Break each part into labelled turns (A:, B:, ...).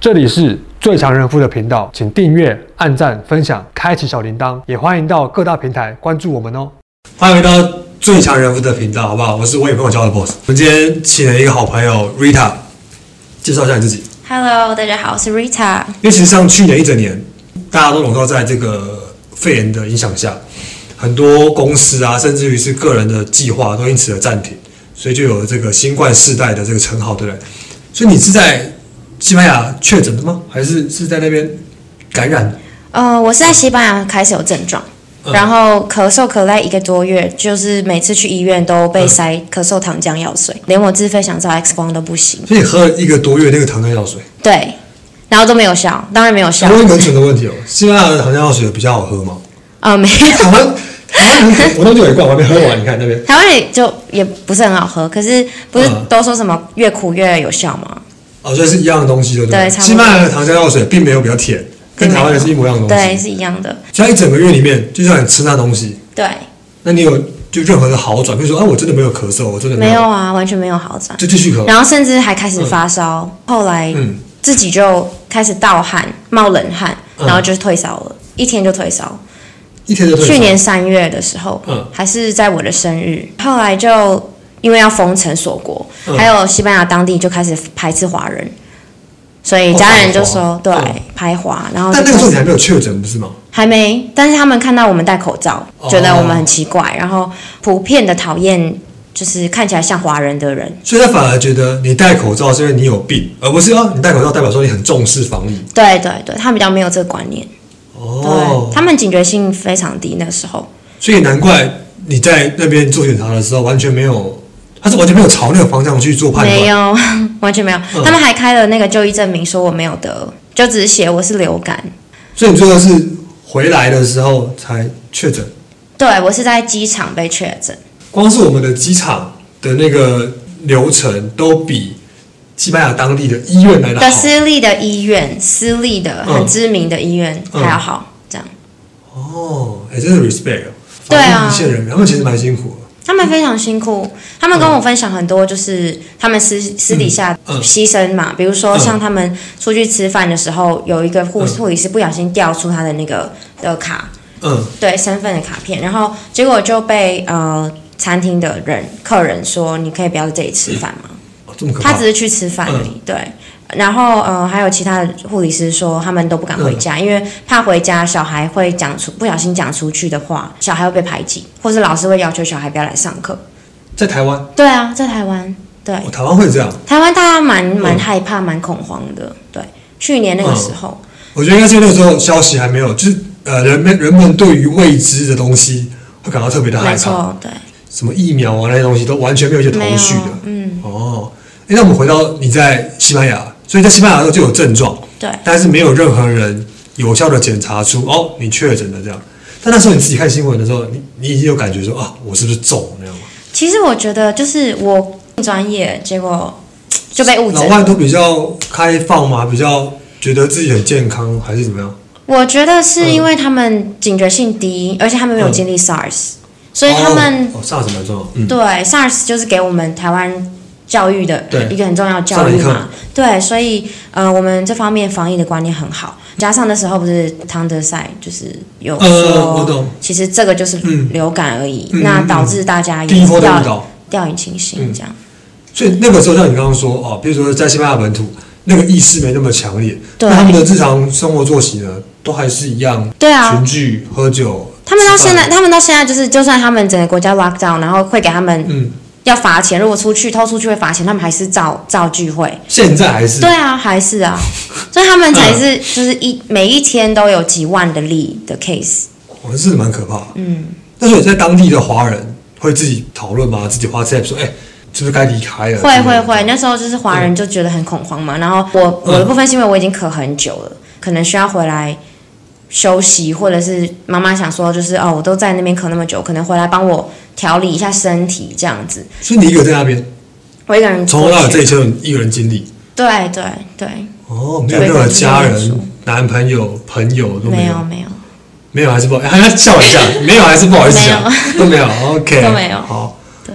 A: 这里是最强人夫的频道，请订阅、按赞、分享、开启小铃铛，也欢迎到各大平台关注我们哦。欢迎回到最强人夫的频道，好不好？我是我女朋友教的 boss。我们今天请了一个好朋友 Rita，介绍一下你自己。
B: Hello，大家好，我是 Rita。
A: 因为其实像去年一整年，大家都笼罩在这个肺炎的影响下，很多公司啊，甚至于是个人的计划都因此而暂停，所以就有了这个新冠世代的这个称号，对不对？所以你是在西班牙确诊的吗？还是是在那边感染的？
B: 呃，我是在西班牙开始有症状，
A: 嗯
B: 然后咳嗽咳了一个多月，就是每次去医院都被塞
A: 嗯
B: 咳嗽糖浆药水，连我自费想照 X 光都不行。
A: 所以你喝了一个多月那个糖尿药 水，
B: 对，然后都没有效，当然没有效
A: 想。问一个很蠢的问题哦，西班牙的糖尿药水比较好喝吗？
B: 啊、没有。
A: 台湾台湾很苦我那边有一罐，我还没喝完，你看那边。
B: 台湾也就也不是很好喝，可是不是
A: 嗯
B: 都说什么越苦越有效吗？
A: 哦，所以是一样的东西，对不对？
B: 对差不多
A: 西班牙的糖浆药水并没有比较甜，跟台湾的是一模一样的东
B: 对，
A: 西。
B: 是一样的。
A: 像一整个月里面，就算你吃那东西，
B: 对，
A: 那你有就任何的好转，比如说啊，我真的没有咳嗽，我真的
B: 没
A: 有，
B: 有啊，完全没有好转。
A: 就继续咳。
B: 然后甚至还开始发烧，后来
A: 嗯
B: 自己就开始盗汗、冒冷汗，
A: 嗯
B: 然后就退烧了，一天就退烧。
A: 一天就退烧
B: 去年三月的时候，
A: 嗯
B: 还是在我的生日，后来就因为要封城锁国，
A: 嗯哦
B: 还有西班牙当地就开始排斥华人，所以家人就说、
A: 排
B: 对
A: 华嗯
B: 排华，然后就
A: 但那个
B: 开
A: 时候
B: 始
A: 你还没有确诊，不是吗？
B: 还没，但是他们看到我们戴口罩，
A: 哦
B: 觉得我们很奇怪，然后普遍的讨厌就是看起来像华人的人。
A: 所以他反而觉得你戴口罩是因为你有病，而不是哦，你戴口罩代表说你很重视防疫。
B: 对对对，他们比较没有这个观念。
A: 哦
B: 对，，他们警觉性非常低。那时候，
A: 所以难怪你在那边做检查的时候完全没有，他是完全没有朝那个方向去做判
B: 没
A: 断。
B: 有， 完全没有。
A: 嗯
B: 他们还开了那个就医证明，说我没有得，就只是写我是流感。
A: 所以你最后是回来的时候才确诊。
B: 对我是在机场被确诊。
A: 光是我们的机场的那个流程都比西班牙当地的医院来的
B: 对
A: 好。
B: 私立的医院，私立的
A: 嗯
B: 很知名的医院
A: 嗯
B: 还要好，这样
A: 哦，哎、真的 respect 哦，
B: 对啊
A: 防疫一线人员，他们其实蛮辛苦的。
B: 他们非常辛苦。他们跟我分享很多，就是他们私私底下
A: 嗯
B: 牺牲嘛，比如说
A: 嗯
B: 像他们出去吃饭的时候，有一个护
A: 嗯
B: 护理师不小心掉出他的那个的卡，
A: 嗯，
B: 对身份的卡片，然后结果就被呃餐厅的人客人说，你可以不要在这里吃饭吗？
A: 哦这么可
B: 他
A: 怕。嗯
B: 只是去吃饭而已，对。然后呃，还有其他的护理师说，他们都不敢回
A: 嗯
B: 家，因为怕回家小孩会讲出不小心讲出去的话，小孩会被排挤，或是老师会要求小孩不要来上课。
A: 在台湾，
B: 对啊，在台湾，对
A: 哦台湾会这样，
B: 台湾大家蛮蛮
A: 嗯
B: 害怕、蛮恐慌的。对，去年那个时候，
A: 我觉得应该是那个时候消息还没有，就是呃，人们人们对于未知的东西会感到特别的害
B: 没
A: 怕，
B: 错，对，
A: 什么疫苗啊那些东西都完全没有一些头
B: 没有
A: 绪的。，
B: 嗯，
A: 哦，诶那我们回到你在西班牙，所以在西班牙的时候就有症状，
B: 对。
A: 但是没有任何人有效的检查出哦，你确诊了这样。但那时候你自己看新闻的时候，你你已经有感觉说啊，我是不是中了那样吗？
B: 其实我觉得，就是我专业，结果就被误
A: 老
B: 诊
A: 外
B: 了。
A: 都比较开放嘛，比较觉得自己很健康，还是怎么样？
B: 我觉得是因为他们警觉性低，而且他们没有经历 SARS，、所以他们、
A: 嗯哦，上什么重要？嗯，
B: 对 SARS 就是给我们台湾教育的
A: 对
B: 一个很重要的教育
A: 上了
B: 嘛。对，所以呃，我们这方面防疫的观念很好。加上那时候不是汤德赛就是有说，
A: 呃，我懂，
B: 其实这个就是
A: 嗯
B: 流感而已，
A: 嗯
B: 那
A: 嗯
B: 导致大家
A: 第一
B: 也
A: 波的误
B: 掉
A: 导。
B: 掉以轻
A: 嗯
B: 心这样。
A: 所以那个时候像你刚刚说哦，比如说在西班牙本土，那个意识没那么强烈，
B: 对
A: 那他们的日常生活作息呢，都还是一样，
B: 对啊，
A: 群聚、喝酒。
B: 他们到
A: 吃饭
B: 现在，，他们到现在就是，就算他们整个国家 lock down，然后会给他们
A: 嗯，
B: 要罚钱，如果出去偷出去会罚钱，他们还是照照聚会。
A: 现在还是
B: 对啊，还是 啊，所以他们才是就是一每一天都有几万的例的 case。
A: 我是蛮可怕的。
B: 嗯，
A: 那时候在当地的华人会自己讨论吗？自己 WhatsApp 说，哎、是不是该离开了？
B: 会会会，。那时候就是华人就觉得很恐慌嘛。然后我我的部分是因为我已经咳很久了，可能需要回来休息，或者是妈妈想说就是哦，我都在那边咳那么久，可能回来帮我调理一下身体这样子。
A: 所以你一个人在那边，
B: 我一个人
A: 从头到
B: 过
A: 尾
B: 去
A: 这一切都你一个人经历。
B: 对对对，
A: 哦，没有任何家人、男朋友、朋友都
B: 没
A: 没有。
B: 有没有，
A: 没有还是不好，哎还要笑 一下，没有还是不好意思讲，都没有，OK，
B: 都没有
A: 好，
B: 对，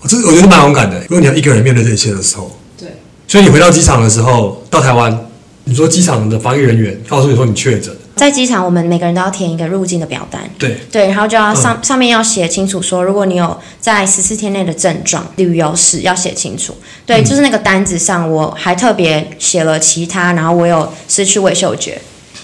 A: 我这我觉得蛮勇敢的。如果你要一个人面对这一切的时候，
C: 对，
A: 所以你回到机场的时候，到台湾，你说机场的防疫人员告诉你说你确诊，
B: 在机场，我们每个人都要填一个入境的表单，
A: 对，
B: 对，然后就
A: 嗯
B: 要上、上面要写清楚说，如果你有在十四天内的症状，旅游史要写清楚。对，
A: 嗯
B: 就是那个单子上，我还特别写了其他，然后我有失去味嗅觉。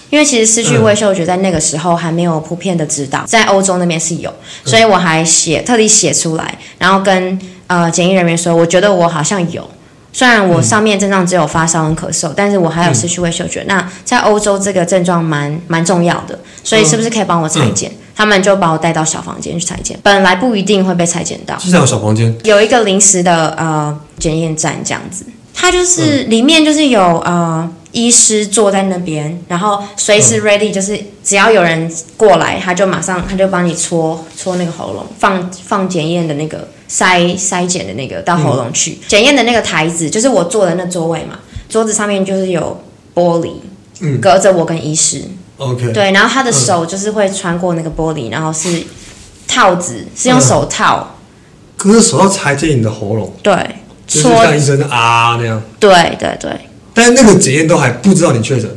B: 因为其实失去味嗅觉在那个时候还没有普遍的指导，在欧洲那边是有，所以我还写特地写出来，然后跟呃检疫人员说，我觉得我好像有，虽然我上面症状只有发烧跟咳嗽，但是我还有失去味嗅觉。那在欧洲这个症状蛮蛮重要的，所以是不是可以帮我裁剪？他们就把我带到小房间去裁剪，本来不一定会被裁剪到，
A: 机场有小房间，
B: 有一个临时的呃检验站这样子，它
A: 嗯
B: 就是、里面就是有呃医师坐在那边，然后随
A: 嗯
B: 时 ready，就是只要有人过来，他就马上他就帮你搓搓那个喉咙，放放检验的那个筛筛检的那个到喉咙
A: 嗯
B: 去。检验的那个台子就是我坐的那座位嘛，桌子上面就是有玻璃，
A: 嗯
B: 隔着我跟医师，
A: ，OK，
B: 对，然后他的手就是会穿过那个玻璃，然后是套子，是用
A: 嗯
B: 手套，
A: 可是手要插进你的喉咙，
B: 对，
A: 就是
B: 搓
A: 像医生啊那样，
B: 对对对
A: 但那个检验都还不知道你确诊，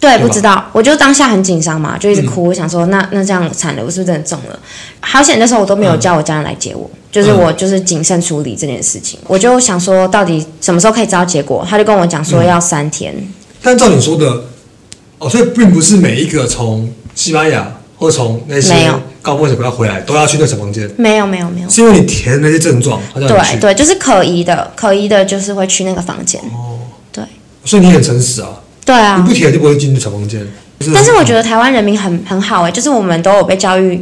B: 对，
A: 对
B: 不
A: 吧
B: 知道，我就当下很紧张嘛，就一直哭，我想说那那这样惨了，我是不是真的中了？好险那时候我都没有叫我家人来接我，就是我就是谨慎处理这件事情，我就想说到底什么时候可以知道结果？他就跟我讲说要三天，
A: 但照你说的，哦，所以并不是每一个从西班牙或从那
B: 没
A: 些
B: 有
A: 高风险国家回来都要去那小房间，
B: 没有没有没有，
A: 是因为你填那些症状，他叫你
B: 对
A: 去。
B: 对，就是可疑的，可疑的就是会去那个房间，
A: 哦，
B: 对
A: 所以你很诚实啊，
B: 对啊，
A: 你不填就不会进小房间。哦
B: 但是我觉
A: 得，
B: 得台湾人民很很好哎、就是我们都有被教育，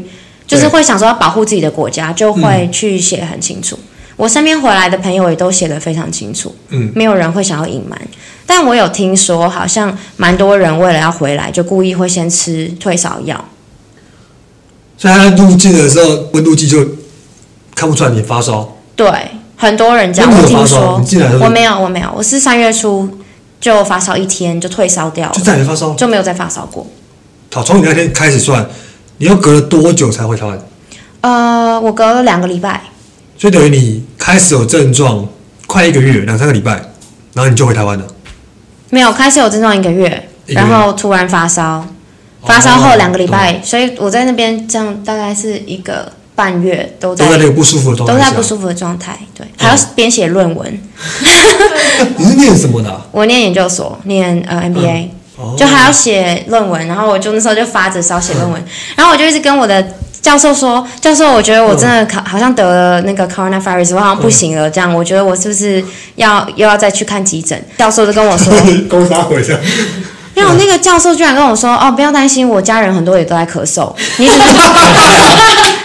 B: 就是会想说要保护自己的国家，就会去写得很清楚。我身边回来的朋友也都写得非常清楚，
A: 嗯，
B: 没有人会想要隐瞒。但我有听说，好像蛮多人为了要回来，就故意会先吃退烧药。
A: 所以他在入境的时候，温度计就看不出来你发烧，
B: 对，很多人这样，
A: 那你有
B: 我听
A: 发烧
B: 说
A: 你进来的时，候
B: 我没有，我没有，我是三月初就发烧一天就退烧掉了
A: 就，再也没发烧。
B: 就没有再发烧过。
A: 好，从你那天开始算，你要隔了多久才回台湾？
B: 呃，我隔了两个礼拜，
A: 所以等于你开始有症状，快一个月，两三个礼拜，然后你就回台湾了。
B: 没有，开始有症状一个月，
A: 一个月
B: 然后突然发烧，发烧后两个礼
A: 哦
B: 拜，所以我在那边这样大概是一个半月都在
A: 都在那个不舒服的状
B: 都
A: 态
B: 在
A: 下。
B: 不舒服的状态，
A: 哦
B: 对，还要编写论文。
A: 你是念什么的啊、
B: 我念研究所，念呃 MBA，、
A: 哦
B: 就还要写论文，然后我就那时候就发着烧写论文，然后我就一直跟我的。教授说：“教授，我觉得我真的考好像得了那个 coronavirus，我好像不行了。这样，我觉得我是不是要又要再去看急诊？”教授就跟 我说：“
A: 勾杀回的，
B: 因为我那个教授居然跟我说：“哦，不要担心，我家人很多也都在咳嗽，你只是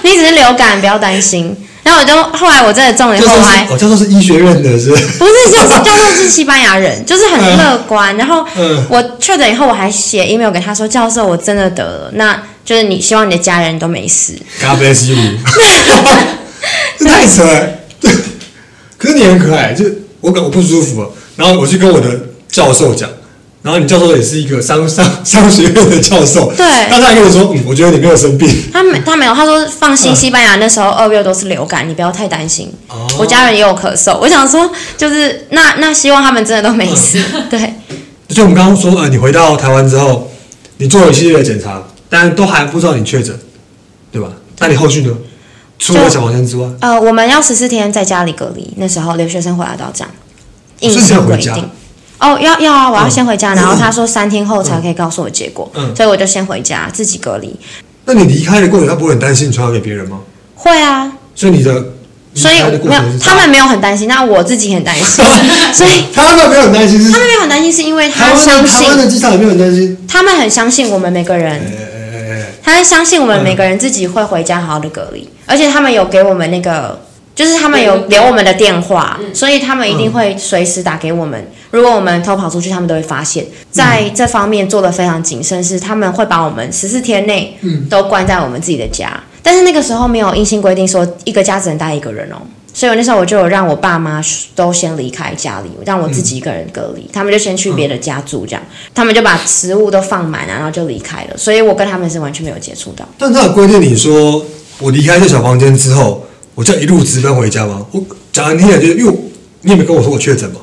B: 你只是流感，不要担心。”然后我就后来我真的中了以
A: 教
B: 后，
A: 授
B: 我还
A: 是哦，教授是医学院的是不是，
B: 不是教授，教授是西班牙人， 就是很乐观。然后
A: 嗯，
B: 我确诊以后，我还写 email 给他说：“教授，我真的得了，那就是你希望你的家人都没事。
A: God bless you，这太扯了。对，可是你很可爱，就我感我不舒服，然后我去跟我的教授讲，然后你教授也是一个商商商学院的教授，
B: 对
A: 那他还跟我说，嗯，我觉得你没有生病，”
B: 他没他没有，他说：“放心，
A: 嗯
B: 西班牙那时候二月都是流感，你不要太担心。
A: 哦
B: 我家人也有咳嗽，我想说，就是那那希望他们真的都没事。
A: 嗯
B: 对。
A: 就我们刚刚说，呃，你回到台湾之后，你做了一系列的检查，但都还不知道你确诊，对吧？那你后续呢？除了
B: 就
A: 小房间之外，
B: 呃，我们要十四天在家里隔离，那时候留学生回来都要这样，硬
A: 是要
B: 性
A: 回
B: 规
A: 家
B: 定。哦，要要啊！我要
A: 嗯
B: 先回家，然后他说三天后才可以告诉我结果，
A: 嗯
B: 所以我就先回家自己隔离。
A: 那你离开的过程，他不会很担心你传染给别人吗？
B: 会啊，
A: 所以你的
B: 所以
A: 离开的过
B: 没有
A: 程是啥
B: 他们没有很担心，那我自己很担 心，所以
A: 他们没有很担心是
B: 他们没有很担心是因为
A: 台
B: 他
A: 湾
B: 相
A: 的台湾
B: 信，
A: 的机场也没有很担心。
B: 他们很相信我们每个人，
A: 哎哎哎哎，
B: 他相信我们每个人自己会回家好好的隔离，而且他们有给我们那个，就是他们有留我们的电话，所以他们一定会随时打给我们。如果我们偷跑出去，他们都会发现。在这方面做的非常谨慎，是他们会把我们十四天内都关在我们自己的家，但是那个时候没有硬性规定说一个家只能待一个人哦。所以我那时候我就有让我爸妈都先离开家里，让我自己一个人隔离，他们就先去别的家住，这样，他们就把食物都放满啊，然后就离开了，所以我跟他们是完全没有接触到。
A: 但他有规定你说我离开这小房间之后，我就一路直奔回家吗？我讲难听点，就是因为我你也没跟我说我确诊嘛。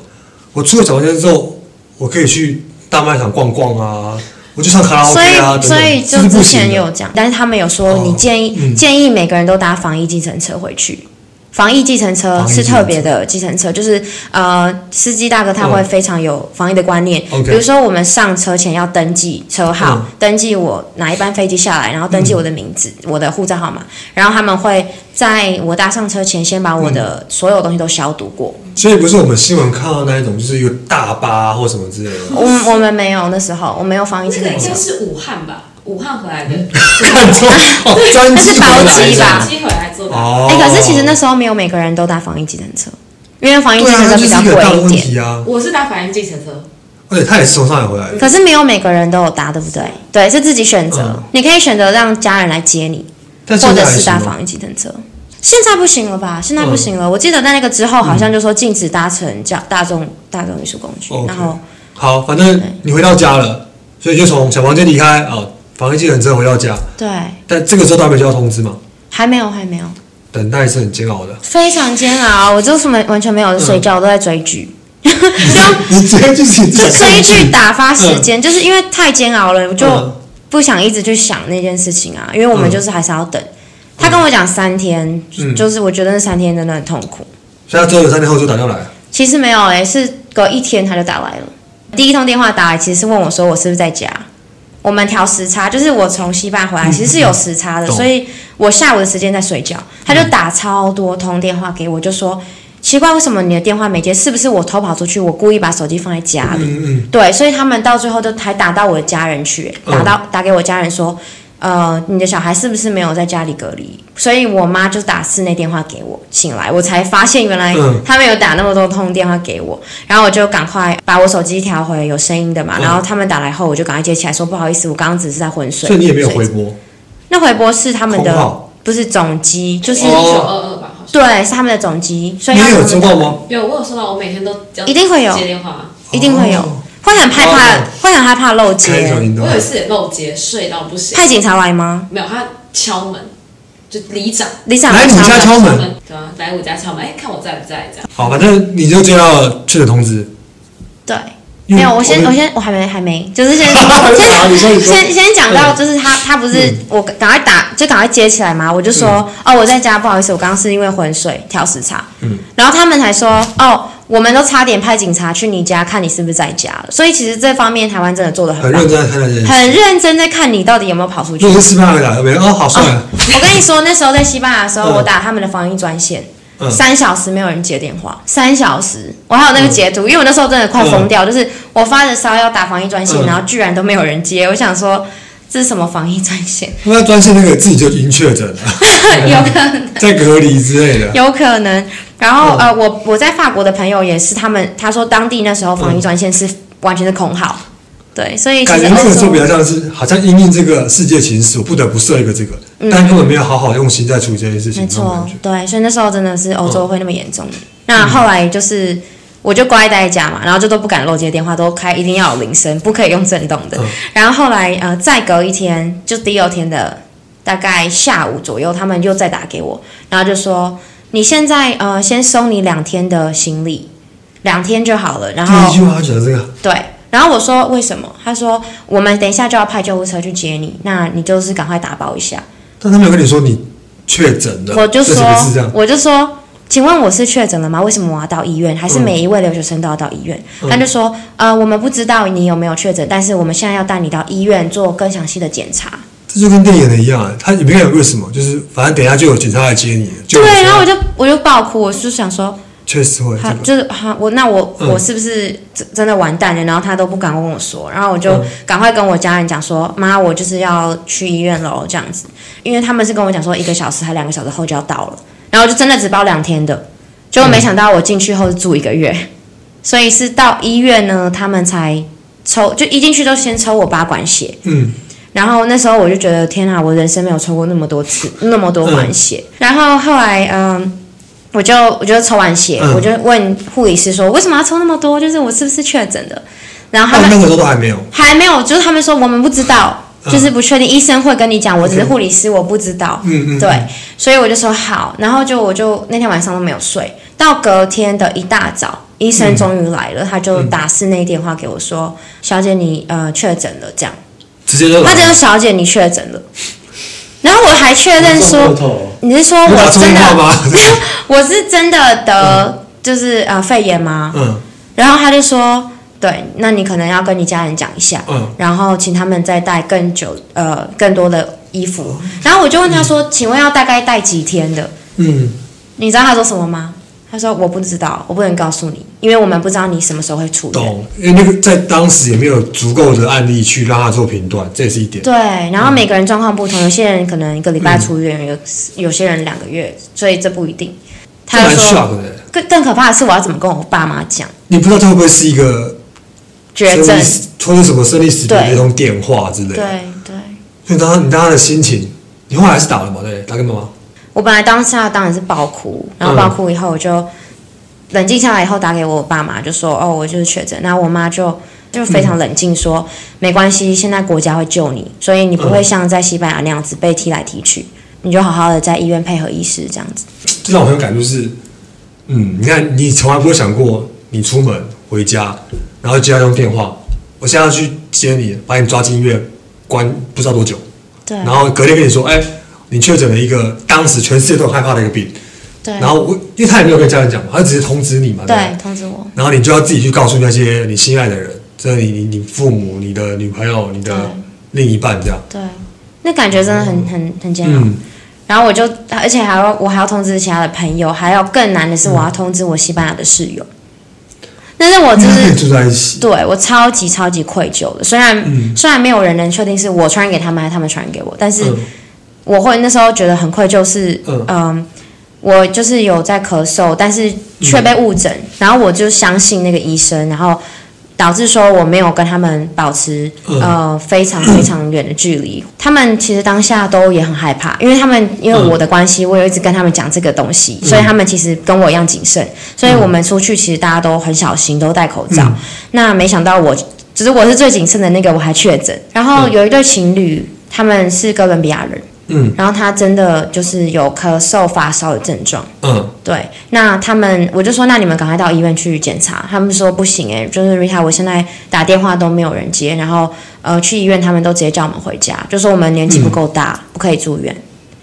A: 我出了小房间之后，我可以去大卖场逛逛啊，我就唱卡拉
B: 所
A: OK 啊，等
B: 以，所
A: 等
B: 以
A: 这
B: 就是
A: 不
B: 之
A: 行的
B: 前有讲，但是他们有说，
A: 哦
B: 你建议、
A: 嗯
B: 建议每个人都搭防疫计程车回去。防疫计程车
A: 防疫
B: 是
A: 计程
B: 特别的计程车，就是呃，司机大哥他会非常有防疫的观念。
A: 嗯 OK
B: 比如说，我们上车前要登记车号，
A: 嗯
B: 登记我哪一班飞机下来，然后登记我的名字、我的护照号码，然后他们会在我搭上车前先把我
A: 嗯
B: 的所有东西都消毒过。
A: 所以不是我们新闻看到那一种，就是一个大巴或什么之类 的。
B: 我我们没有那时候，我没有防疫
C: 那
B: 计
C: 个
B: 程
C: 应
B: 车
C: 该。是武汉吧，武汉回来的，
A: 嗯看错哦，专机回
B: 那是包
A: 来
B: 机吧
C: 机回来做的。
A: 哦，
B: 哎、可是其实那时候没有每个人都搭防疫计程车，因为防疫计
A: 对
B: 程
A: 啊，
B: 车
A: 这就
B: 比
A: 是
B: 较
A: 一个大的
B: 贵一
A: 问
B: 点。
A: 题啊。
C: 我是搭反应计程车，
A: 而且他也是从上海回来的，
B: 可是没有每个人都有搭，对不对？对，是自己选择，
A: 嗯
B: 你可以选择让家人来接你，
A: 但
B: 或
A: 现在
B: 者
A: 还
B: 是
A: 行
B: 搭
A: 吗嗯
B: 防疫计程车。现在不行了吧？现在不行了。我记得在那个之后，好像就说禁止搭乘叫大众大众运输工具，
A: 嗯 OK
B: 然后
A: 好，反正你回到家了，所以就从小房间离开啊、防疫计程车回到家。
B: 对，
A: 但这个时候都还没接到通知嘛，
B: 还没有，还没有，
A: 等待是很煎熬 的。
B: 非常煎熬。我就是完完全没有睡觉，我都在追剧。就
A: 你直接就是
B: 就追剧
A: 打，
B: 打发时间，就是因为太煎熬了，我就
A: 嗯
B: 不想一直去想那件事情啊，因为我们
A: 嗯
B: 就是还是要等。他跟我讲三天，
A: 嗯
B: 就是我觉得那三天真的很痛苦。
A: 所以他只有三天后就打电话来，
B: 其实没有诶、是隔一天他就打来了。第一通电话打来，其实是问我说我是不是在家。我们调时差，就是我从西班牙回来，其实是有时差
A: 嗯
B: 的，
A: 懂嗯
B: 所以我下午的时间在睡觉。他就打超多通电话给我，就说奇怪，为什么你的电话没接？是不是我偷跑出去？我故意把手机放在家里？
A: 嗯嗯，
B: 对，所以他们到最后都还打到我的家人去，
A: 嗯
B: 打到、打给我家人说，呃，你的小孩是不是没有在家里隔离？所以我妈就打室内电话给我，醒来我才发现原来
A: 嗯
B: 他们有打那么多通电话给我，然后我就赶快把我手机调回有声音的嘛，
A: 嗯
B: 然后他们打来后我就赶快接起来说不好意思，我刚刚只是在昏睡。
A: 所以你也没有
B: 睡
A: 回
B: 着
A: 拨，
B: 那回拨是他们
A: 空
B: 的
A: 号
B: 不是总机，就是、
C: 一九二二吧，好像。
B: 对是他们的总机，所以
A: 哦你也
B: 要
A: 有
B: 他
A: 收
B: 们
A: 到吗？
C: 有，我有收到，我每天都这样
B: 一定会有
C: 接电话。
B: 一定会有，
A: 哦
B: 会很害怕，
A: 哦
B: 会很害怕漏
A: 开一
B: 接
A: 场。运动
C: 我有一次也漏接，睡到不行。
B: 派警察来吗？
C: 没有，他敲门，就里长
B: 李长
A: 来你家敲门，
C: 对啊，来我家敲门，哎，看我在不在这样。
A: 好，反正你就接到了确诊通知。
B: 对，
A: 因
B: 没
A: 为
B: 有，我先我
A: 们
B: 先我还没还没，就 是先
A: 好你说你
B: 先
A: 说嗯
B: 先先讲到，就是他他不是我赶快打就赶快接起来嘛，我就说哦我在家，不好意思，我刚刚是因为昏睡调时差，
A: 嗯
B: 然后他们才说哦。我们都差点派警察去你家看你是不是在家了，所以其实这方面台湾真的做的
A: 很
B: 很
A: 认
B: 棒，
A: 真地看待这件事。
B: 很认真在看你到底有没有跑出去
A: 如。果是西班牙打，没有哦，好帅啊，
B: 我跟你说，那时候在西班牙的时候，
A: 嗯
B: 我打他们的防疫专线，
A: 嗯
B: 三小时没有人接电话，三小时，我还有那个截图，因为我那时候真的快疯掉，就是我发着烧要打防疫专线，
A: 嗯
B: 然后居然都没有人接，我想说这是什么防疫专线？
A: 因为专线那个自己就已经确诊了， 嗯
B: 有可能
A: 在隔离之类的。
B: 有可能。然后、
A: 嗯
B: 呃，我我在法国的朋友也是，他们他说当地那时候防疫专线是完全是空号，对，所以
A: 嗯
B: 其
A: 感
B: 实
A: 觉那
B: 欧
A: 个时候
B: 洲
A: 比较像是好像因应这个世界情势，我不得不设一个这个，但根本没有好好用心在处理这件事情，
B: 嗯没
A: 这种感
B: 错
A: 觉。，嗯
B: 对，所以那时候真的是欧洲会那么严重。那后来就是我就乖待在家嘛，然后就都不敢漏接电话，都开一定要有铃声，不可以用震动的。
A: 嗯
B: 然后后来呃，再隔一天，就第二天的大概下午左右，他们又再打给我，然后就说你现在呃先收你两天的行李，两天就好了。然
A: 第一
B: 后
A: 句话讲这个，
B: 对，然后我说为什么？他说我们等一下就要派救护车去接你，那你就是赶快打包一下。
A: 但他没有跟你说你确诊了，
B: 我就
A: 这
B: 说
A: 几个字这样，，
B: 我就说，请问我是确诊了吗？为什么我要到医院？还是每一位留学生都要到医院？
A: 嗯
B: 他就说，呃，我们不知道你有没有确诊，但是我们现在要带你到医院做更详细的检查。
A: 这就跟电影的一样啊，他也没有为什么，就是反正等一下就有警察来接你了，就有
B: 对，
A: 警察
B: 然后我就我就爆哭，我就想说，
A: 确实会这
B: 他
A: 个，
B: 就是哈，我那我、
A: 嗯
B: 我是不是真真的完蛋了？然后他都不敢跟我说，然后我就
A: 嗯
B: 赶快跟我家人讲说，妈，我就是要去医院喽，这样子，因为他们是跟我讲说一个小时还两个小时后就要到了，然后我就真的只包两天的，
A: 嗯
B: 结果没想到我进去后是住一个月，所以是到医院呢，他们才抽，就一进去就先抽我八管血，
A: 嗯，
B: 然后那时候我就觉得天啊，我人生没有抽过那么多次，那么多管血。然后后来，嗯，我就我就抽完血，
A: 嗯
B: 我就问护理师说为什么要抽那么多？就是我是不是确诊的？然后
A: 哦
B: 他，
A: 那
B: 们
A: 个时候都还没有，
B: 还没有，就是他们说我们不知道，
A: 嗯
B: 就是不确定，医生会跟你讲，我只是
A: OK
B: 护理师，我不知道。
A: 嗯嗯，
B: 对，所以我就说好，然后就我就那天晚上都没有睡，到隔天的一大早，医
A: 嗯
B: 生终于来了，他就打室内电话给我说：“小姐你，呃确诊了。”这样，
A: 直接就
B: 他就说：“小姐，你确诊了。”然后我还确认说，你是说
A: 我
B: 我
A: 打错
B: 真
A: 电话
B: 的啊
A: 吗？
B: 我是真的得就是呃肺炎吗？
A: 嗯
B: 然后他就说，对，那你可能要跟你家人讲一下，
A: 嗯
B: 然后请他们再带更久呃更多的衣服。然后我就问他说，请问要大概带几天的？
A: 嗯，
B: 你知道他说什么吗？他说我不知道，我不能告诉你，因为我们不知道你什么时候会出院。
A: 懂，因为那个在当时也没有足够的案例去让他做评断，这也是一点。
B: 对，然后每个人状况不同，有些人可能一个礼拜出院，有有些人两个月，所以这不一定。
A: 这
B: 他就
A: 蛮
B: 说，
A: shock 的，
B: 更更可怕的是，我要怎么跟我爸妈讲
A: 你不知道这会不会是一个
B: 绝
A: 生
B: 症
A: 离？死或者什么生离死别的
B: 对
A: 一通电话之类的。
B: 对对，
A: 所以当时你当他的心情，你后来还是打了嘛？对，打给妈妈。
B: 我本来当下当然是爆哭，然后爆
A: 嗯
B: 哭以后我就冷静下来以后打给我爸妈，就说哦我就是确诊，那我妈就就非常冷静
A: 嗯
B: 说、没关系，现在国家会救你，所以你不会像在西班牙那样子被踢来踢去，你就好好的在医院配合医师这样子。
A: 这让我很有感触是，嗯，你看你从来不会想过，你出门回家，然后接到一通电话，我现在要去接你，把你抓进医院关不知道多久，
B: 对
A: 然后隔天跟你说，哎、你确诊了一个当时全世界都很害怕的一个病，
B: 对
A: 然后我因为他也没有跟家人讲嘛，他只是通知你嘛，对不对
B: 对，通知我。
A: 然后你就要自己去告诉那些你心爱的人，这你你你父母、你的女朋友、你的另一半这样，
B: 对，那感觉真的很很很煎熬。
A: 嗯，
B: 然后我就，而且还要我还要通知其他的朋友，还有更难的是我要通知我西班牙的室友。但是我就
A: 因为他
B: 哦 是
A: 们住在一起，
B: 对我超级超级愧疚的，虽然、
A: 嗯
B: 虽然没有人能确定是我传染给他们还是他们传染给我，但是
A: 嗯
B: 我会那时候觉得很愧疚是，
A: 嗯
B: 嗯、我就是有在咳嗽，但是却被误诊，
A: 嗯
B: 然后我就相信那个医生，然后导致说我没有跟他们保持、
A: 嗯
B: 呃非常非常远的距离。他们其实当下都也很害怕，因为他们因为我的关系，我有一直跟他们讲这个东西，
A: 嗯
B: 所以他们其实跟我一样谨慎，所以我们出去其实大家都很小心，都戴口罩。
A: 嗯
B: 那没想到我，只是我是最谨慎的那个，我还确诊。然后有一对情侣，他们是哥伦比亚人，
A: 嗯
B: 然后他真的就是有咳嗽、发烧的症状。
A: 嗯，
B: 对，那他们我就说，那你们赶快到医院去检查。他们说不行诶、就是 Rita，我现在打电话都没有人接，然后呃去医院他们都直接叫我们回家，就说我们年纪不够大，不可以住院。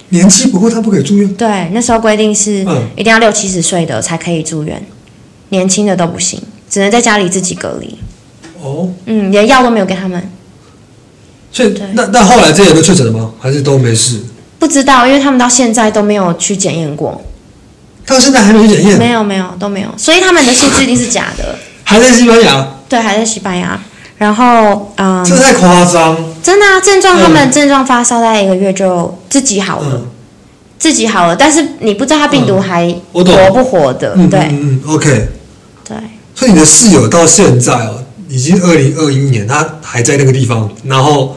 A: 年纪不够他不可以住院。
B: 对，那时候规定是
A: 嗯
B: 一定要六七十岁的才可以住院，年轻的都不行，只能在家里自己隔离。
A: 哦，
B: 嗯，连药都没有给他们。
A: 所以
B: 对
A: 那那后来这些人都确诊了吗？还是都没事？
B: 不知道，因为他们到现在都没有去检验过，
A: 到现在还没检验，
B: 没有没有都没有，所以他们的薪资一定是假的。
A: 还在西班牙，
B: 对，还在西班牙。然后，嗯，
A: 这太夸张。
B: 真的啊，症状他们
A: 嗯
B: 症状发烧大概一个月就自己好了，
A: 嗯
B: 自己好了，但是你不知道他病毒
A: 嗯
B: 还
A: 我懂
B: 活不活的，
A: 嗯，
B: 对
A: 嗯嗯嗯，OK。
B: 对
A: 所以你的室友到现在哦，已经二零二一年，他还在那个地方，然后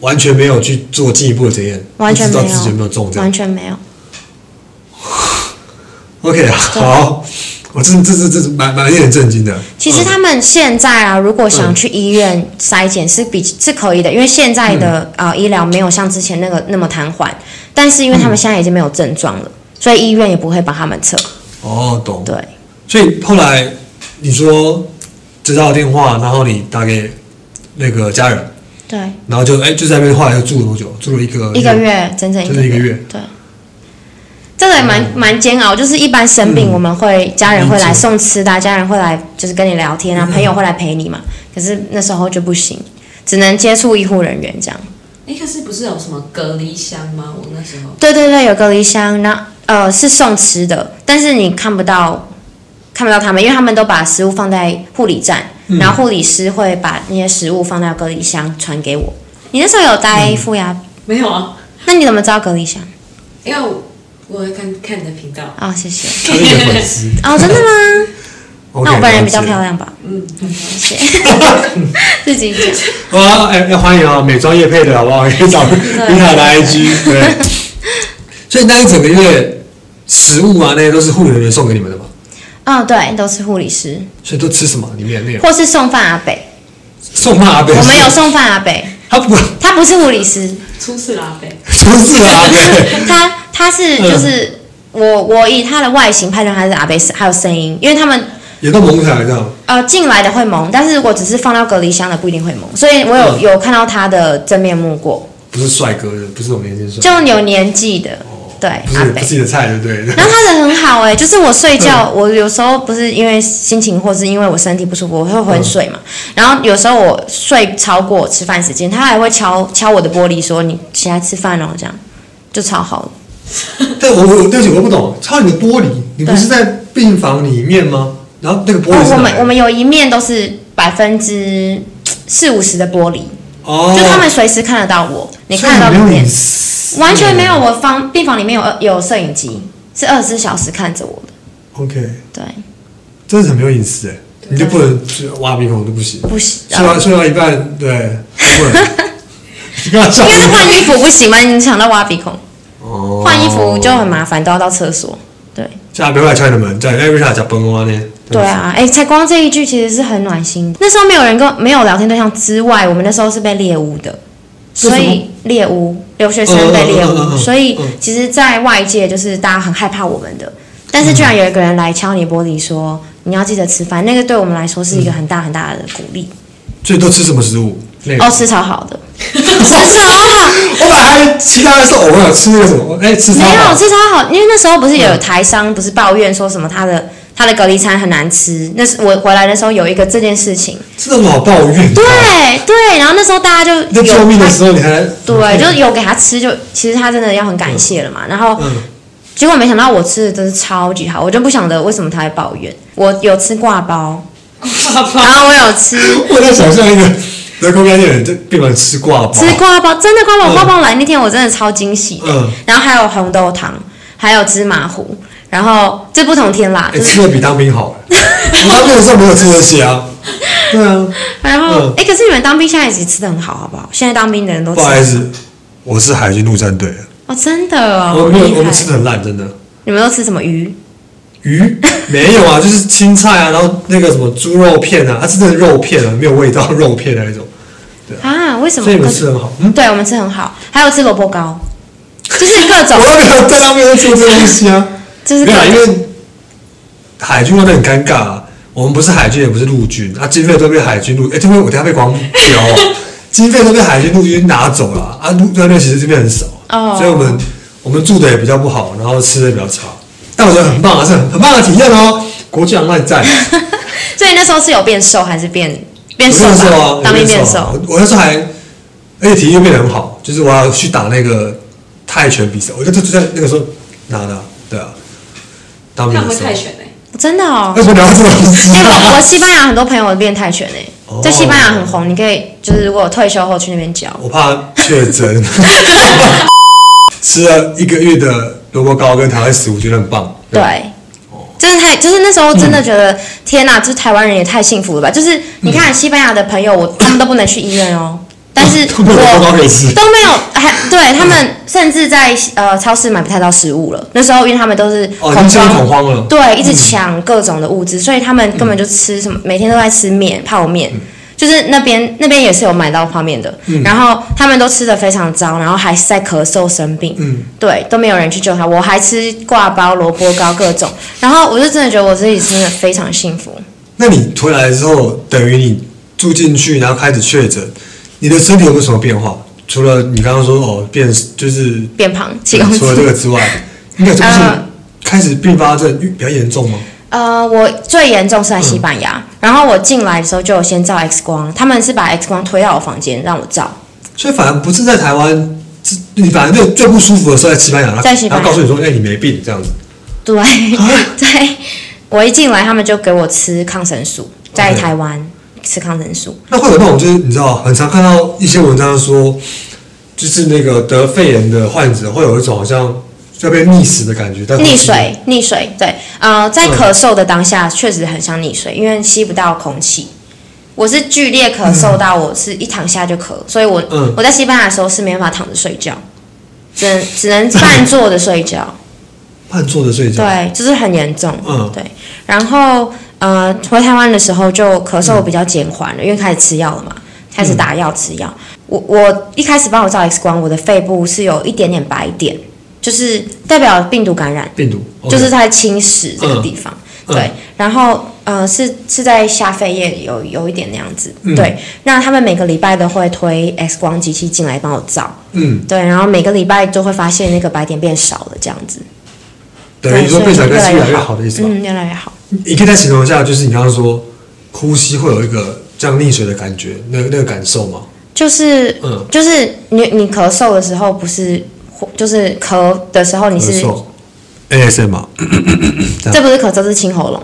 A: 完全没有去做进一步的检验，
B: 完全
A: 不
B: 没
A: 知
B: 有
A: 道自己有没有中这样
B: 完。全没有，
A: OK，好，我这这这这蛮蛮令人震惊的。嗯
B: 其实他们现在啊，如果想去医院筛检是比是可以的，因为现在的
A: 嗯
B: 啊、呃医疗没有像之前那个那么瘫痪，但是因为他
A: 嗯
B: 们现在已经没有症状了，所以医院也不会帮他们测。
A: 哦，懂。
B: 对，
A: 所以后来你说接到电话，然后你打给那个家人，
B: 对，
A: 然后就哎、就在那边，后来又住了多久？住了一个
B: 一个，月整整一
A: 就是一个月。
B: 对，这个也蛮蛮煎熬，就是一般生病
A: 嗯
B: 我们会家人会
A: 理
B: 来
A: 解
B: 送吃的啊，家人会来就是跟你聊天啊，
A: 嗯
B: 朋友会来陪你嘛。可是那时候就不行，只能接触医护人员这样。
C: 哎，可是不是有什么隔离箱吗？我那时候
B: 对对对，有隔离箱，那呃是送吃的，但是你看不到看不到他们，因为他们都把食物放在护理站，
A: 嗯
B: 然后护理师会把那些食物放到隔离箱传给我。你那时候有
A: 嗯
B: 待负压，
C: 没有啊，
B: 那你怎么知道隔离箱？
C: 因为我我会看看你的频道，
B: 哦，谢谢。
A: 他是你的粉丝。
B: 哦，真的吗？
A: OK，
B: 那我本人比较
A: 了解
B: 漂亮吧？
C: 嗯，
B: 谢谢。自己讲。
A: 啊，哎、要欢迎啊，美妆业配 的好不好？可以找 Rita 的 IG 对。所以那一整个月，食物啊那些都是护理人员送给你们的嘛，
B: 哦，对，都是护理师，
A: 所以都吃什么？里面内容
B: 或是送饭阿北。
A: 送啊骂阿北，
B: 我们有送饭阿北，
A: 他不
B: 他不是护理师，
C: 出事啦呗。
A: 不是啊 阿北，
B: 他他是
A: 嗯
B: 就是我我以他的外形判断他是阿北，还有声音，因为他们
A: 也都蒙起来这样。
B: 呃进来的会萌，但是我只是放到隔离箱的不一定会萌，所以我有、
A: 嗯
B: 有看到他的真面目过，
A: 不是帅哥的，不是我们年轻帅
B: 就有年纪的，对
A: 哥，不
B: 阿
A: 是不
B: 北
A: 是。自己的菜，对不对？
B: 然后他人很好哎、就是我睡觉，我有时候不是因为心情或是因为我身体不舒服，我会昏睡嘛。
A: 嗯
B: 然后有时候我睡超过我吃饭时间，他还会敲敲我的玻璃说：“你起来吃饭哦。”这样就超好的。
A: 但我我对不起，我不懂，敲你的玻璃，你不是在病房里面吗？然后那个玻璃
B: 哦，
A: 是
B: 我
A: 哪
B: 们
A: 来
B: 我
A: 的？
B: 们有一面都是百分之四五十的玻璃，
A: 哦，
B: 就他们随时看得到我，你
A: 所以
B: 看得到
A: 没有
B: 里面
A: 隐，私
B: 完全没有。我房病房里面有有摄影机，是二十四小时看着我的。
A: OK，
B: 对，
A: 真的很没有隐私哎，你就不能去挖鼻孔都不行，
B: 不行，
A: 睡到睡到一半，对，不 能。 你跟他笑
B: 因为
A: 什
B: 是
A: 么
B: 换衣服不行吗？你想到挖鼻孔。
A: 哦
B: 换衣服就很麻烦，都要到厕所。对
A: 下不要来敲你哎的门，在那边下讲崩瓜呢。
B: 对啊，哎、才光这一句其实是很暖心的。那时候没有人跟没有聊天对象之外，我们那时候是被猎污的，
A: 是什么
B: 所以猎污留学生
A: 嗯嗯
B: 被猎
A: 嗯嗯
B: 污，
A: 嗯
B: 所以
A: 嗯
B: 其实，在外界就是大家很害怕我们的，但是居然有一个人来敲你玻璃说你要记得吃饭，那个对我们来说是一个很大很大的鼓励。
A: 所以都吃什么食物？那个
B: 哦，吃超好的， 吃超好。
A: 我本来其他的时候偶尔吃那个什么，哎，吃
B: 没
A: 烧
B: 有
A: 烤
B: 吃超好，因为那时候不是有台商不是抱怨说什么他的他的隔离餐很难吃，那是我回来的时候有一个这件事情，
A: 真的好抱怨。
B: 对对，然后那时候大家就
A: 在救
B: 有
A: 命的时候你还
B: 对，就是有给他吃就，其实他真的要很感谢了嘛。然后
A: 嗯
B: 结果没想到我吃的真是超级好，我就不晓得为什么他会抱怨。我有吃挂包，然后我有吃
A: 我在想象一个在公家店在病房吃挂包，
B: 吃挂包，真的挂包，
A: 嗯
B: 我挂包来那天我真的超惊喜的
A: 嗯
B: 然后还有红豆汤，还有芝麻糊，然后这不同天啦，
A: 哎、
B: 就是
A: 吃的比当兵好。 我当兵的时候没有吃这些啊。对啊，
B: 然后，
A: 嗯
B: 哎、可是你们当兵现在也吃的很好，好不好？现在当兵的人都吃
A: 不好意思，我是海军陆战队的，
B: 哦，真的哦，
A: 我们
B: 厉
A: 我
B: 害
A: 们吃的很烂，真的。
B: 你们都吃什么鱼？
A: 鱼没有啊，就是青菜啊，然后那个什么猪肉片啊，它是真的肉片啊，没有味道，肉片那一种，
B: 啊？为什么？
A: 所以你们
B: 可
A: 吃得很 好。嗯，
B: 对我们吃很好，还有吃萝卜糕，就是各种
A: 我，又没有在那边做这东西啊。
B: 就是各
A: 没有啊，因
B: 种
A: 为海军那边很尴尬啊。我们不是海军，也不是陆军，啊，经费都被海军陆，哎、这边我等下被狂飙啊， 经费都被海军陆军拿走了，啊，陆战队其实这边很少，啊
B: 哦
A: 所以我们我们住的也比较不好，然后吃的也比较差，但我觉得很棒啊，是很很棒的体验哦，国际航班 站，
B: 所以那时候是有变瘦还是变变
A: 我
B: 瘦
A: 那时
B: 吧？
A: 候啊，
B: 当兵变
A: 变
B: 瘦，
A: 我我那时候还，而且体育又变得很好，就是我要去打那个泰拳比赛，我就就就在那个时候拿的啊，对啊，当兵
C: 他
A: 的
C: 会
A: 时候
C: 泰，拳哎，
B: 真的哦
A: 为。什么聊到这种东西
B: 哎、
A: 啊？
B: 我我西班牙很多朋友变态拳诶、
A: 哦
B: 在西班牙很红，你可以就是如果退休后去那边教。
A: 我怕确诊。吃了一个月的萝卜糕跟台湾食物，觉得很棒。
B: 对，真的太，就是那时候真的觉得，天哪，这台湾人也太幸福了吧！就是你看西班牙的朋友，我他们都不能去医院哦，但是
A: 都没有萝卜糕
B: 我
A: 可以吃。
B: 都没有，还对他们甚至在呃超市买不太到食物了。那时候因为他们都是
A: 哦，你
B: 恐
A: 真的恐
B: 慌。
A: 慌了。
B: 对，一直抢各种的物资，所以他们根本就吃什么，
A: 嗯
B: 每天都在吃面、泡面，就是那边那边也是有买到泡面的，
A: 嗯
B: 然后他们都吃的非常糟，然后还在咳嗽生病，
A: 嗯
B: 对，都没有人去救他。我还吃挂包、萝卜糕各种，然后我就真的觉得我自己真的非常幸福。
A: 那你回来之后，等于你住进去，然后开始确诊，你的身体有没有什么变化？除了你刚刚说哦变，就是嗯
B: 变胖七公
A: 除了这
B: 斤，
A: 个之外，应该就
B: 呃
A: 是开始并发症比较严重吗？
B: 呃，我最严重是在西班牙，然后我进来的时候就有先照 X 光，他们是把 X 光推到我房间让我照，
A: 所以反而不是在台湾，是你反正最最不舒服的时候在西班牙，然后
B: 在西班
A: 然
B: 牙
A: 后告诉你说，哎、你没病这样子。
B: 对 对，我一进来他们就给我吃抗生素，在
A: OK
B: 台湾吃抗生素。
A: 那会有那种就是你知道，很常看到一些文章说，就是那个得肺炎的患者会有一种好像要被溺死的感觉，但
B: 溺水，溺水，对，呃，在咳嗽的当下确实很像溺水，因为吸不到空气。我是剧烈咳嗽到我是一躺下就咳，所以我、
A: 嗯
B: 我在西班牙的时候是没办法躺着睡觉，只能只能半坐着睡觉。
A: 半坐着睡觉，
B: 对，就是很严重。
A: 嗯
B: 对。然后呃，回台湾的时候就咳嗽比较减缓了，因为开始吃药了嘛，开始打药吃药。我我一开始帮我照 X 光，我的肺部是有一点点白点，就是代表病毒感染，
A: 病毒哦
B: 就是它在侵蚀这个地方。
A: 嗯
B: 对，然后呃是是在下肺叶有有一点那样子。
A: 嗯
B: 对，那他们每个礼拜都会推 X 光机器进来帮我照。
A: 嗯，
B: 对，然后每个礼拜都会发现那个白点变少了，这样子。
A: 等于说
B: 对
A: 变成
B: 所以
A: 跟是
B: 越
A: 越
B: 来
A: 来
B: 越
A: 越
B: 好
A: 好的意思吧？
B: 嗯，越来越好。
A: 你可以再形容一下，就是你刚刚说呼吸会有一个这样溺水的感觉，那那个感受吗？
B: 就是
A: 嗯，
B: 就是你你咳嗽的时候不是，就是咳的时候你
A: 咳
B: 是，
A: 嗽，ASM 嘛，
B: 这不是咳嗽，这是清 喉咙。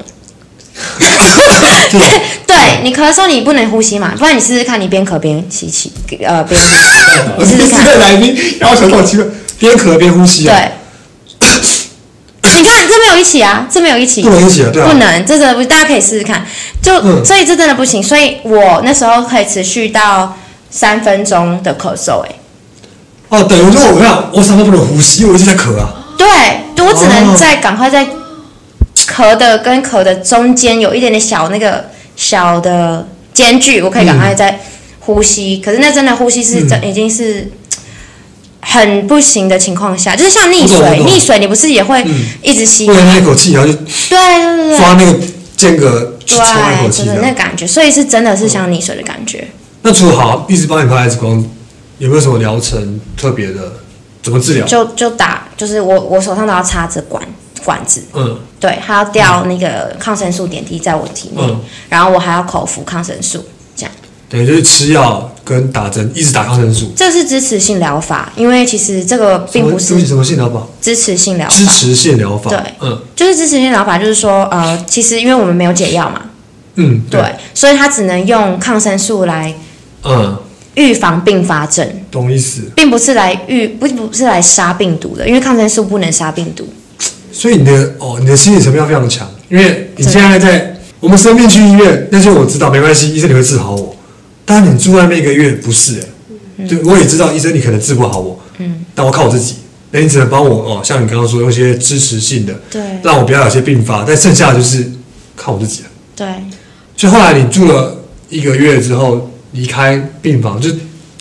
B: 对你咳的时候你不能呼吸嘛，不然你试试看，你边咳边吸气，呃边
A: 我第
B: 试
A: 一
B: 试
A: 次
B: 看
A: 跟来宾要求我奇怪，边咳边呼吸啊，
B: 对。你看这没有一起啊，这没有一起，
A: 不能一起啊，对啊，
B: 不能，这真的不，大家可以试试看。就、
A: 嗯
B: 所以这真的不行，所以我那时候可以持续到三分钟的咳嗽、欸，
A: 哦，等于说我看我什么不能呼吸，我一直在咳啊，
B: 对，我只能在赶快
A: 哦
B: 在咳的跟咳的中间有一点点小那个小的间距，我可以赶快在呼吸。可是那真的呼吸是真、
A: 嗯
B: 已经是很不行的情况下，就是像溺
A: 哦我懂我
B: 水，
A: 懂
B: 溺水你不是也会
A: 嗯
B: 一直吸
A: 为
B: 吗？
A: 了那一口气，然后就
B: 对对对对
A: 抓那个间隔去抽那一口
B: 对，
A: 气
B: 真
A: 这样嗯
B: 的那感觉，所以是真的是像溺水的感觉。
A: 那除了好一直帮你拍 X 光，有没有什么疗程特别的？怎么治疗？
B: 就就打，就是我我手上都要插着管管子，
A: 嗯
B: 对，还要吊那个抗生素点滴在我体内，
A: 嗯，
B: 然后我还要口服抗生素，这样
A: 等于就是吃药跟打针，一直打抗生素。
B: 这是支持性疗法，因为其实这个并不
A: 什么
B: 是
A: 什么性疗法？
B: 支持性疗法，
A: 支持性疗法。
B: 对，
A: 嗯
B: 就是支持性疗法，就是说呃，其实因为我们没有解药嘛，
A: 嗯，
B: 对，，所以它只能用抗生素来
A: 嗯，
B: 预防并发症，
A: 懂意思。
B: 并不是来预不不是来杀病毒的，因为抗生素不能杀病毒，
A: 所以你的哦，你的心理层面要非常强，因为你现在在我们生病去医院，那些我知道没关系，医生你会治好我。但是你住外面一个月不是、
B: 嗯
A: 欸，对，我也知道医生你可能治不好我，嗯，但我靠我自己，那你只能帮我哦，像你刚刚说用一些支持性的，
B: 对
A: 让我不要有些并发，但剩下的就是靠我自己了。
B: 对。
A: 所以后来你住了一个月之后离开病房，就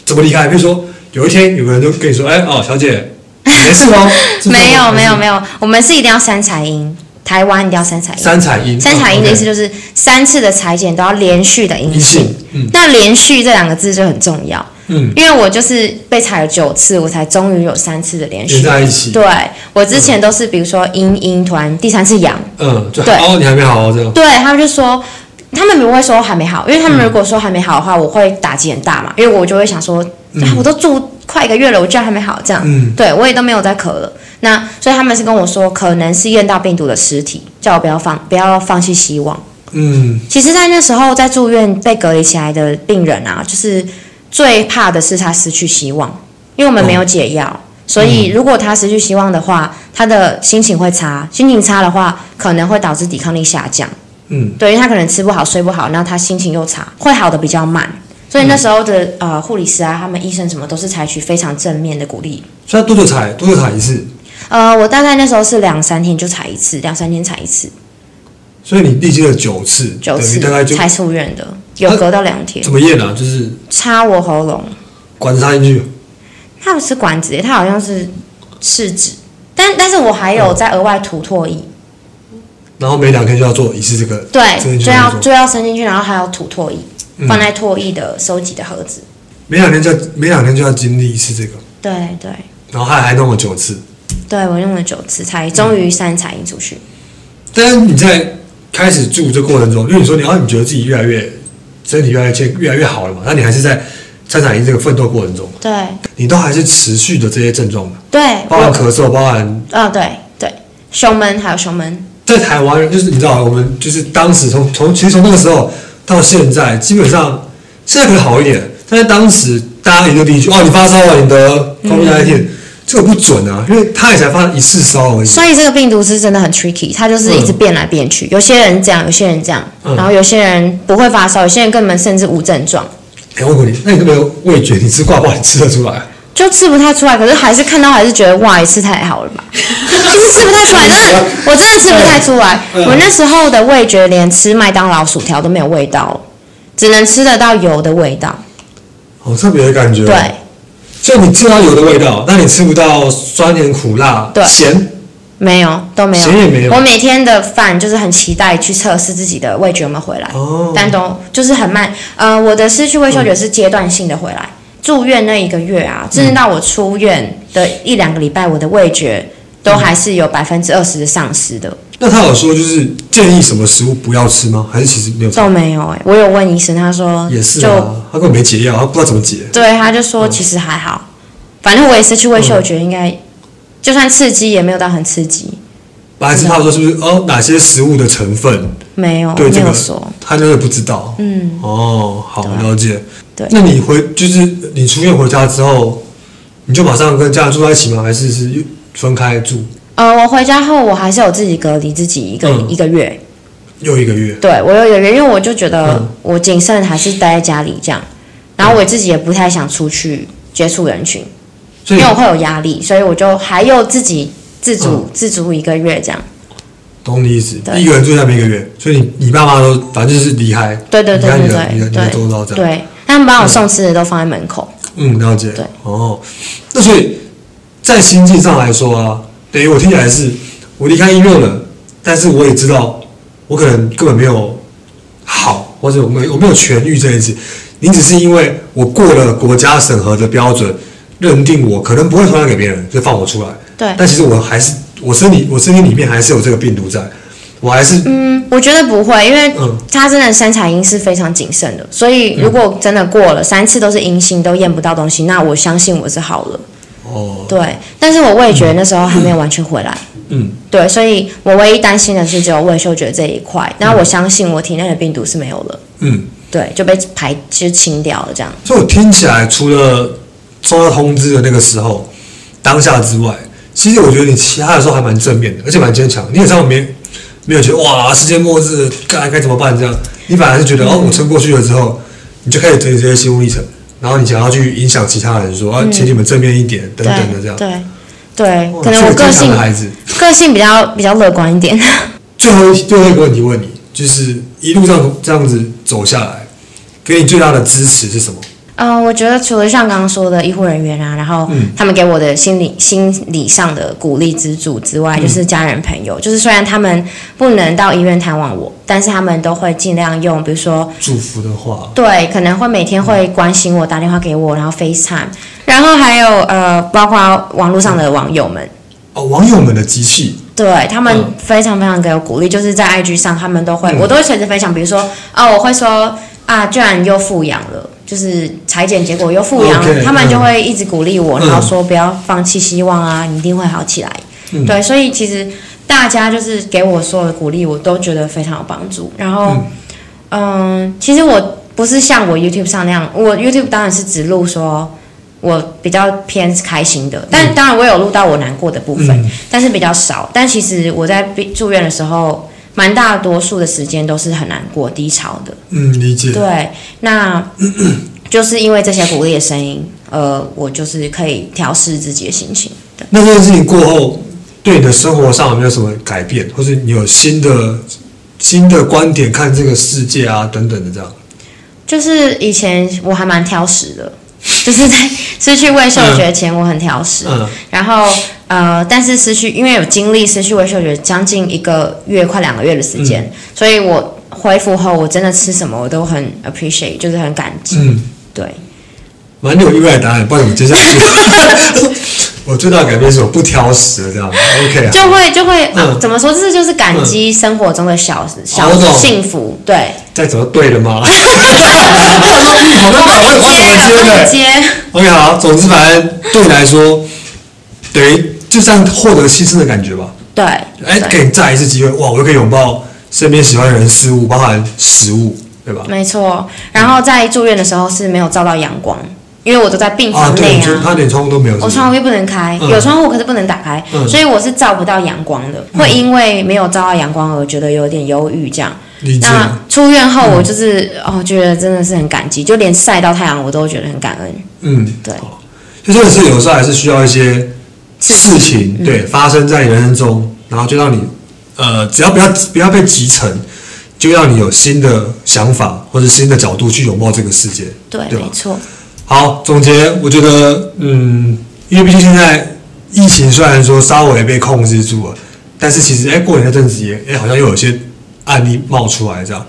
A: 怎么离开？比如说有一天有个人就跟你说：“哎、哦，小姐，你没事 哦。是不是”
B: 没有没有没
A: 有。
B: 有，我们是一定要三彩阴，台湾一定要三彩阴。
A: 三彩阴，
B: 三彩阴的意思
A: 就
B: 就是三次的裁剪都要连续的
A: 阴
B: 阴性。
A: 性，嗯
B: 那连续这两个字就很重要，
A: 嗯，
B: 因为我就是被裁了九次，我才终于有三次的连
A: 连
B: 续。
A: 在一起，
B: 对我之前都是比如说阴阴团，第三次阳，
A: 嗯，就
B: 对
A: 哦，你还没好好这样，
B: 对他们就说。他们不会说还没好，因为他们如果说还没好的话，我会打击很大嘛，因为我就会想说，
A: 嗯
B: 啊我都住快一个月了，我居然还没好，这样，
A: 嗯
B: 对我也都没有在咳了。那所以他们是跟我说，可能是验到病毒的尸体，叫我不要放不要放弃希望。
A: 嗯，
B: 其实，在那时候在住院被隔离起来的病人啊，就是最怕的是他失去希望，因为我们没有解药，所以如果他失去希望的话，他的心情会差，心情差的话，可能会导致抵抗力下降。
A: 嗯，
B: 对，因为他可能吃不好、睡不好，然后他心情又差，会好的比较慢。所以那时候的、呃护理师啊，他们医生什么都是采取非常正面的鼓励。
A: 所以多久才多久才一次？
B: 呃，我大概那时候是两三天就采一次，两三天采一次，
A: 所以你历经了九次，
B: 九
A: 等于
B: 次
A: 大概就
B: 才出院的，有
A: 他
B: 隔到两天
A: 怎，么验呢、啊？就是
B: 插我喉咙。
A: 管子插进去，
B: 它不是管子耶，它好像是试纸，但但是我还
A: 嗯
B: 有在额外涂唾液，
A: 然后每两天就要做一次这个，这个
B: 对，
A: 就
B: 就
A: 要
B: 要
A: 做
B: 就要伸进去，然后还要涂唾液，
A: 嗯
B: 放在唾液的收集的盒子。
A: 每两天就要每两天就要经历一次这个，
B: 对对
A: 然后还还弄了九次，
B: 对，我用了九次才终于三彩印出去。
A: 但是你在开始住这过程中，因为你说你要你觉得自己越来越身体越来越健越来越好了嘛，那你还是在参展营这个奋斗过程中，
B: 对
A: 你都还是持续的这些症状的，
B: 对，
A: 包含
B: 我
A: 咳嗽，包含
B: 啊、对对，胸闷还有胸闷，
A: 在台湾，就是你知道我们就是当时从从其实从那个时候到现在，基本上现在可能好一点，但是当时大家也就理解哦，你发烧了，你得 COVID-19，、这个不准啊，因为他也才发一次烧而已，
B: 所以这个病毒嗯是真的很 tricky，它就是一直变来变去，有些人这样，有些人这样，
A: 嗯
B: 然后有些人不会发烧，有些人根本甚至无症状。
A: 哎、问过你，那你都没有味觉，你吃挂包你吃得出来啊？
B: 就吃不太出来，可是还是看到还是觉得哇，也吃太 好了吧？就是吃不太出来，真的，我真的吃不太出来。
A: 嗯
B: 我那时候的味觉连吃麦当劳薯条都没有味道，只能吃得到油的味道。
A: 好哦特别的感觉。
B: 对，，
A: 所以你吃到油的味道，但你吃不到酸甜苦辣、
B: 对
A: 咸。
B: 没有都没有，
A: 谁也没有
B: 我每天的饭就是很期待去测试自己的味觉有没有回来，
A: 哦，
B: 但都就是很慢。呃，我的失去味嗅觉是阶段性的回来，住院那一个月啊，
A: 嗯
B: 甚至到我出院的一两个礼拜，我的味觉都还是有百分之二十的丧失的。
A: 那他有说就是建议什么食物不要吃吗？还是其实没有
B: 都没有哎、我有问医生，他说
A: 也是
B: 就
A: 啊，嗯他根本没解药，他不知道怎么解。
B: 对，他就说其实还好，反正我也失去味
A: 嗯
B: 嗅觉，应该就算刺激也没有到很刺激，
A: 本来是怕说是不是哦哪些食物的成分，
B: 没有
A: 对
B: 没
A: 这
B: 有
A: 个
B: 说，
A: 他真的不知道。
B: 嗯，
A: 哦，好
B: 对啊
A: 了解。
B: 对
A: 那你回就是你出院回家之后，你就马上跟家人住在一起吗？还是是又分开住
B: 呃，我回家后我还是有自己隔离自己一个、
A: 嗯
B: 一个月，
A: 又一个月？
B: 对我有一个月，因为我就觉得
A: 嗯
B: 我谨慎还是待在家里这样，然后我自己也不太想出去接触人群，
A: 所以
B: 因为我会有压力，所以我就还有自己自主、
A: 嗯
B: 自主一个月这样。
A: 懂你意思，
B: 对
A: 一个人住在那边一个月，所以你你爸妈都反正就是离开，
B: 对对对
A: 离开
B: 对
A: 你的你的
B: 对
A: 你的周遭
B: 对
A: 这样。
B: 对，他们把我送吃的都放在门口。
A: 嗯，了解。
B: 对
A: 哦，那所以在心境上来说啊，等于我听起来是，我离开医院了，但是我也知道我可能根本没有好，或者我没有我没有痊愈这件事。你只是因为我过了国家审核的标准，认定我可能不会传染给别人，就放我出来。
B: 对，
A: 但其实我还是我身体我身体里面还是有这个病毒在，我还是
B: 嗯，我觉得不会，因为
A: 嗯
B: 他真的三彩音是非常谨慎的，所以如果真的过了三次都是阴性，都验不到东西，那我相信我是好了。
A: 哦，
B: 对，但是我味觉那时候还没有完全回来。
A: 嗯，
B: 对，所以我唯一担心的是只有胃嗅觉这一块。那我相信我体内的病毒是没有了，
A: 嗯，
B: 对，就被排就清掉了这样。
A: 所以我听起来，除了收到通知的那个时候当下之外，其实我觉得你其他的时候还蛮正面的，而且蛮坚强。你也知道没没有觉得哇世界末日该该怎么办这样，你反而是觉得、
B: 嗯
A: 哦我撑过去了之后，你就开始整理这些心路历程，然后你想要去影响其他人说啊，请你们正面一点等
B: 对
A: 等的这样。
B: 对对
A: 哇，
B: 可能我
A: 是个
B: 个
A: 坚强
B: 性
A: 的孩子。
B: 个性比较比较乐观一点。
A: 最后一最后一个问题问你，就是一路上这样子走下来，给你最大的支持是什么？
B: 呃，我觉得除了像刚刚说的医护人员啊，然后
A: 嗯
B: 他们给我的心理心理上的鼓励资助之外，就是家人朋友，就是虽然他们不能到医院探望我，但是他们都会尽量用，比如说
A: 祝福的话，
B: 对，可能会每天会关心我，打电话给我，然后 FaceTime，然后还有呃，包括网络上的网友们，
A: 哦，网友们的机器，
B: 对他们
A: 嗯
B: 非常非常给我鼓励，就是在 IG 上他们都会，
A: 嗯
B: 我都会随时分享，比如说啊，我会说啊，居然又复阳了。就是裁剪结果又复阳
A: OK，
B: 他们就
A: 嗯
B: 会一直鼓励我，
A: 嗯
B: 然后说不要放弃希望啊，你一定会好起来。
A: 嗯
B: 对，所以其实大家就是给我所有的鼓励，我都觉得非常有帮助。然后，嗯、其实我不是像我 YouTube 上那样，我 YouTube 当然是只录说我比较偏开心的，但当然我有录到我难过的部分，
A: 嗯
B: 但是比较少。但其实我在病住院的时候，蛮大多数的时间都是很难过、低潮的。
A: 嗯，理解。
B: 对，那 就是因为这些鼓励的声音，呃，我就是可以调试自己的心情。对。
A: 那这件事情过后，对你的生活上有没有什么改变，或是你有新的新的观点看这个世界啊，等等的这样？
B: 就是以前我还蛮挑食的，就是在 失去味嗅觉前我很挑食，
A: 嗯
B: 然后呃，但是失去因为有经历失去味嗅觉将近一个月快两个月的时间，
A: 嗯
B: 所以我恢复后我真的吃什么我都很 appreciate，就是很感激。
A: 嗯，
B: 对，
A: 蛮有意外的答案，不知道怎么接下去。 我最大的改变是我不挑食了，这样 OK 啊？
B: 就会就会、
A: 嗯
B: 啊怎么说，这就是感激生活中的小、小
A: 哦我懂
B: 幸福。对，
A: 再怎么对了 吗？那哦我我怎么接的
B: 我帮你接，
A: OK，好，总之反正对你来说，等于就像获得新生的感觉吧。
B: 对，
A: 哎，
B: 对
A: 给你再一次机会，哇，我又可以拥抱身边喜欢的人事物，包含食物，对吧？
B: 没错。然后在住院的时候是没有照到阳光，因为我都在病
A: 啊，
B: 房
A: 对，
B: 内
A: 你
B: 啊。
A: 就他连窗户都没有。是
B: 我
A: 不是
B: 窗户又不能开，
A: 嗯
B: 有窗户可是不能打开，
A: 嗯
B: 所以我是照不到阳光的，会因为没有照到阳光而觉得有点忧郁这样。
A: 理解。
B: 那出院
A: 嗯
B: 后，我就是、哦，觉得真的是很感激，就连晒到太阳我都觉得很感恩。
A: 嗯，
B: 对
A: 好。就真的是有时候还是需要一些事情
B: 嗯
A: 对发生在你人生中，然后就让你呃，只要不要不要被集成，就让你有新的想法或者新的角度去拥抱这个世界。
B: 对，
A: 对吧啊
B: 没错，
A: 好，总结，我觉得，嗯，因为毕竟现在疫情虽然说稍微被控制住了，但是其实，哎、过年那阵子也，哎、好像又有一些案例冒出来，这样，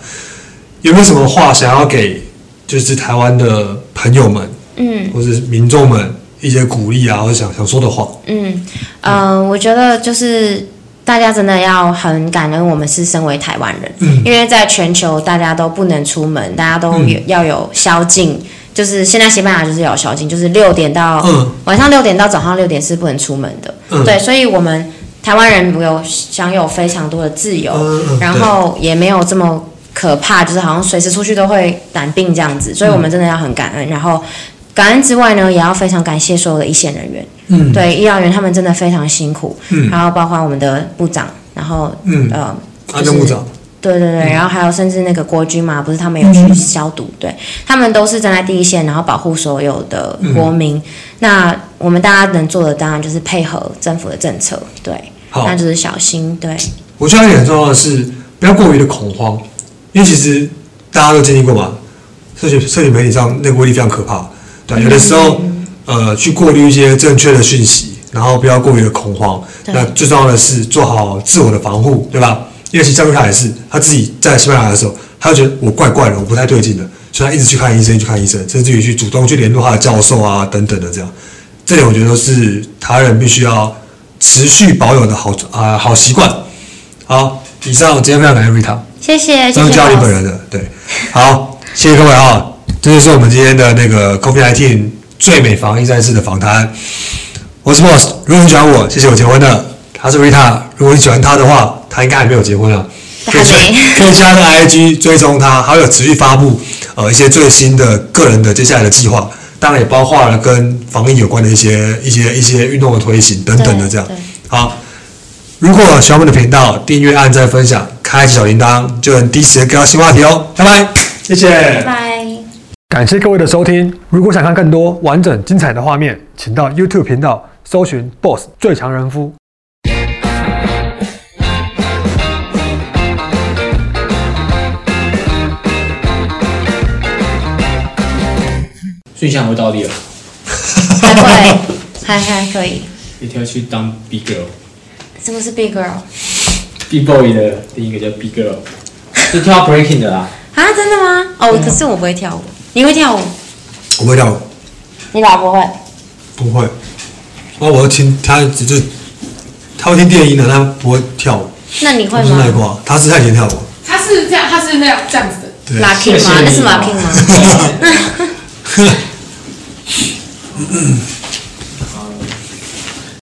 A: 有没有什么话想要给就是台湾的朋友们
B: 嗯。
A: 或者是民众们一些鼓励啊，或者想想说的话？
B: 嗯，呃，我觉得就是大家真的要很感恩，我们是身为台湾人，
A: 嗯
B: 因为在全球大家都不能出门，大家都有、要有宵禁，就是现在西班牙就是有宵禁，就是六点到、
A: 嗯
B: 晚上六点到早上六点是不能出门的，
A: 嗯
B: 对，所以我们台湾人有享有非常多的自由，
A: 嗯嗯
B: 然后也没有这么可怕，就是好像随时出去都会染病这样子，所以我们真的要很感恩，然后。感恩之外呢，也要非常感谢所有的一线人员，
A: 嗯
B: 对医疗人员他们真的非常辛苦，
A: 嗯
B: 然后包括我们的部长，然后
A: 嗯，
B: 呃，
A: 安政部长，嗯
B: 对对对，然后还有甚至那个国军嘛，不是他们有去消毒，对他们都是站在第一线，然后保护所有的国民。
A: 嗯
B: 那我们大家能做的当然就是配合政府的政策，对，
A: 好
B: 那，就是小心，对，
A: 我觉得还有一点很重要的是，不要过于的恐慌，因为其实大家都经历过嘛，社群社群媒体上那个威力非常可怕，对啊吧，有的时候呃去过滤一些正确的讯息，然后不要过于的恐慌。
B: 对
A: 那最重要的是做好自我的防护，对吧？因为其实夏瑞卡也是，他自己在西班牙的时候，他就觉得我怪怪的，我不太对劲的，所以他一直去看医生，去看医生，甚至于去主动去联络他的教授啊等等的这样。这点我觉得是台人必须要持续保有的好啊、好习惯。好，以上今天非常感谢 Rita，
B: 谢
A: 都
B: 谢，谢
A: 是
B: 谢
A: 教
B: 老
A: 你本
B: 师，
A: 人的，对。好，谢谢各位啊、这就是我们今天的那个 COVID 19最美防疫战士的访谈。我是 Boss，如果你喜欢我，谢谢我结婚的。他是 Rita，如果你喜欢他的话，他应该还没有结婚啊。可以
B: 还没
A: 去可以去他的 IG 追踪他，还有持续发布呃一些最新的个人的接下来的计划，当然也包括了跟防疫有关的一些一些一些运动的推行等等的这样
B: 对对。
A: 好，如果喜欢我们的频道，订阅、按赞、分享，开启小铃铛，就能第一时间看到新话题哦。拜拜，谢谢，
B: 拜 拜。
A: 感谢各位的收听。如果想看更多完整精彩的画面，请到 YouTube 频道搜寻 “Boss 最强人夫”。
D: 所以你想回到底了，
B: 还会，还还可以。
D: 一定要去当 big girl。
B: 什么是 big girl
D: B boy 的另一个叫 B girl，就跳 breaking 的啦。
B: 啊？真的吗？哦，可是我不会跳舞。你会跳舞？
A: 我不会跳舞，
B: 你老婆会？
A: 不会。哦，我要听他只是他会听电音的，他不会跳舞，
B: 那你
A: 我
B: 会
A: 不是那一
B: 吗
A: 挂。他是太前跳舞，
C: 他是这样，他是那样这样子的，
A: 对，
B: ？Locking 吗？那是 locking 吗？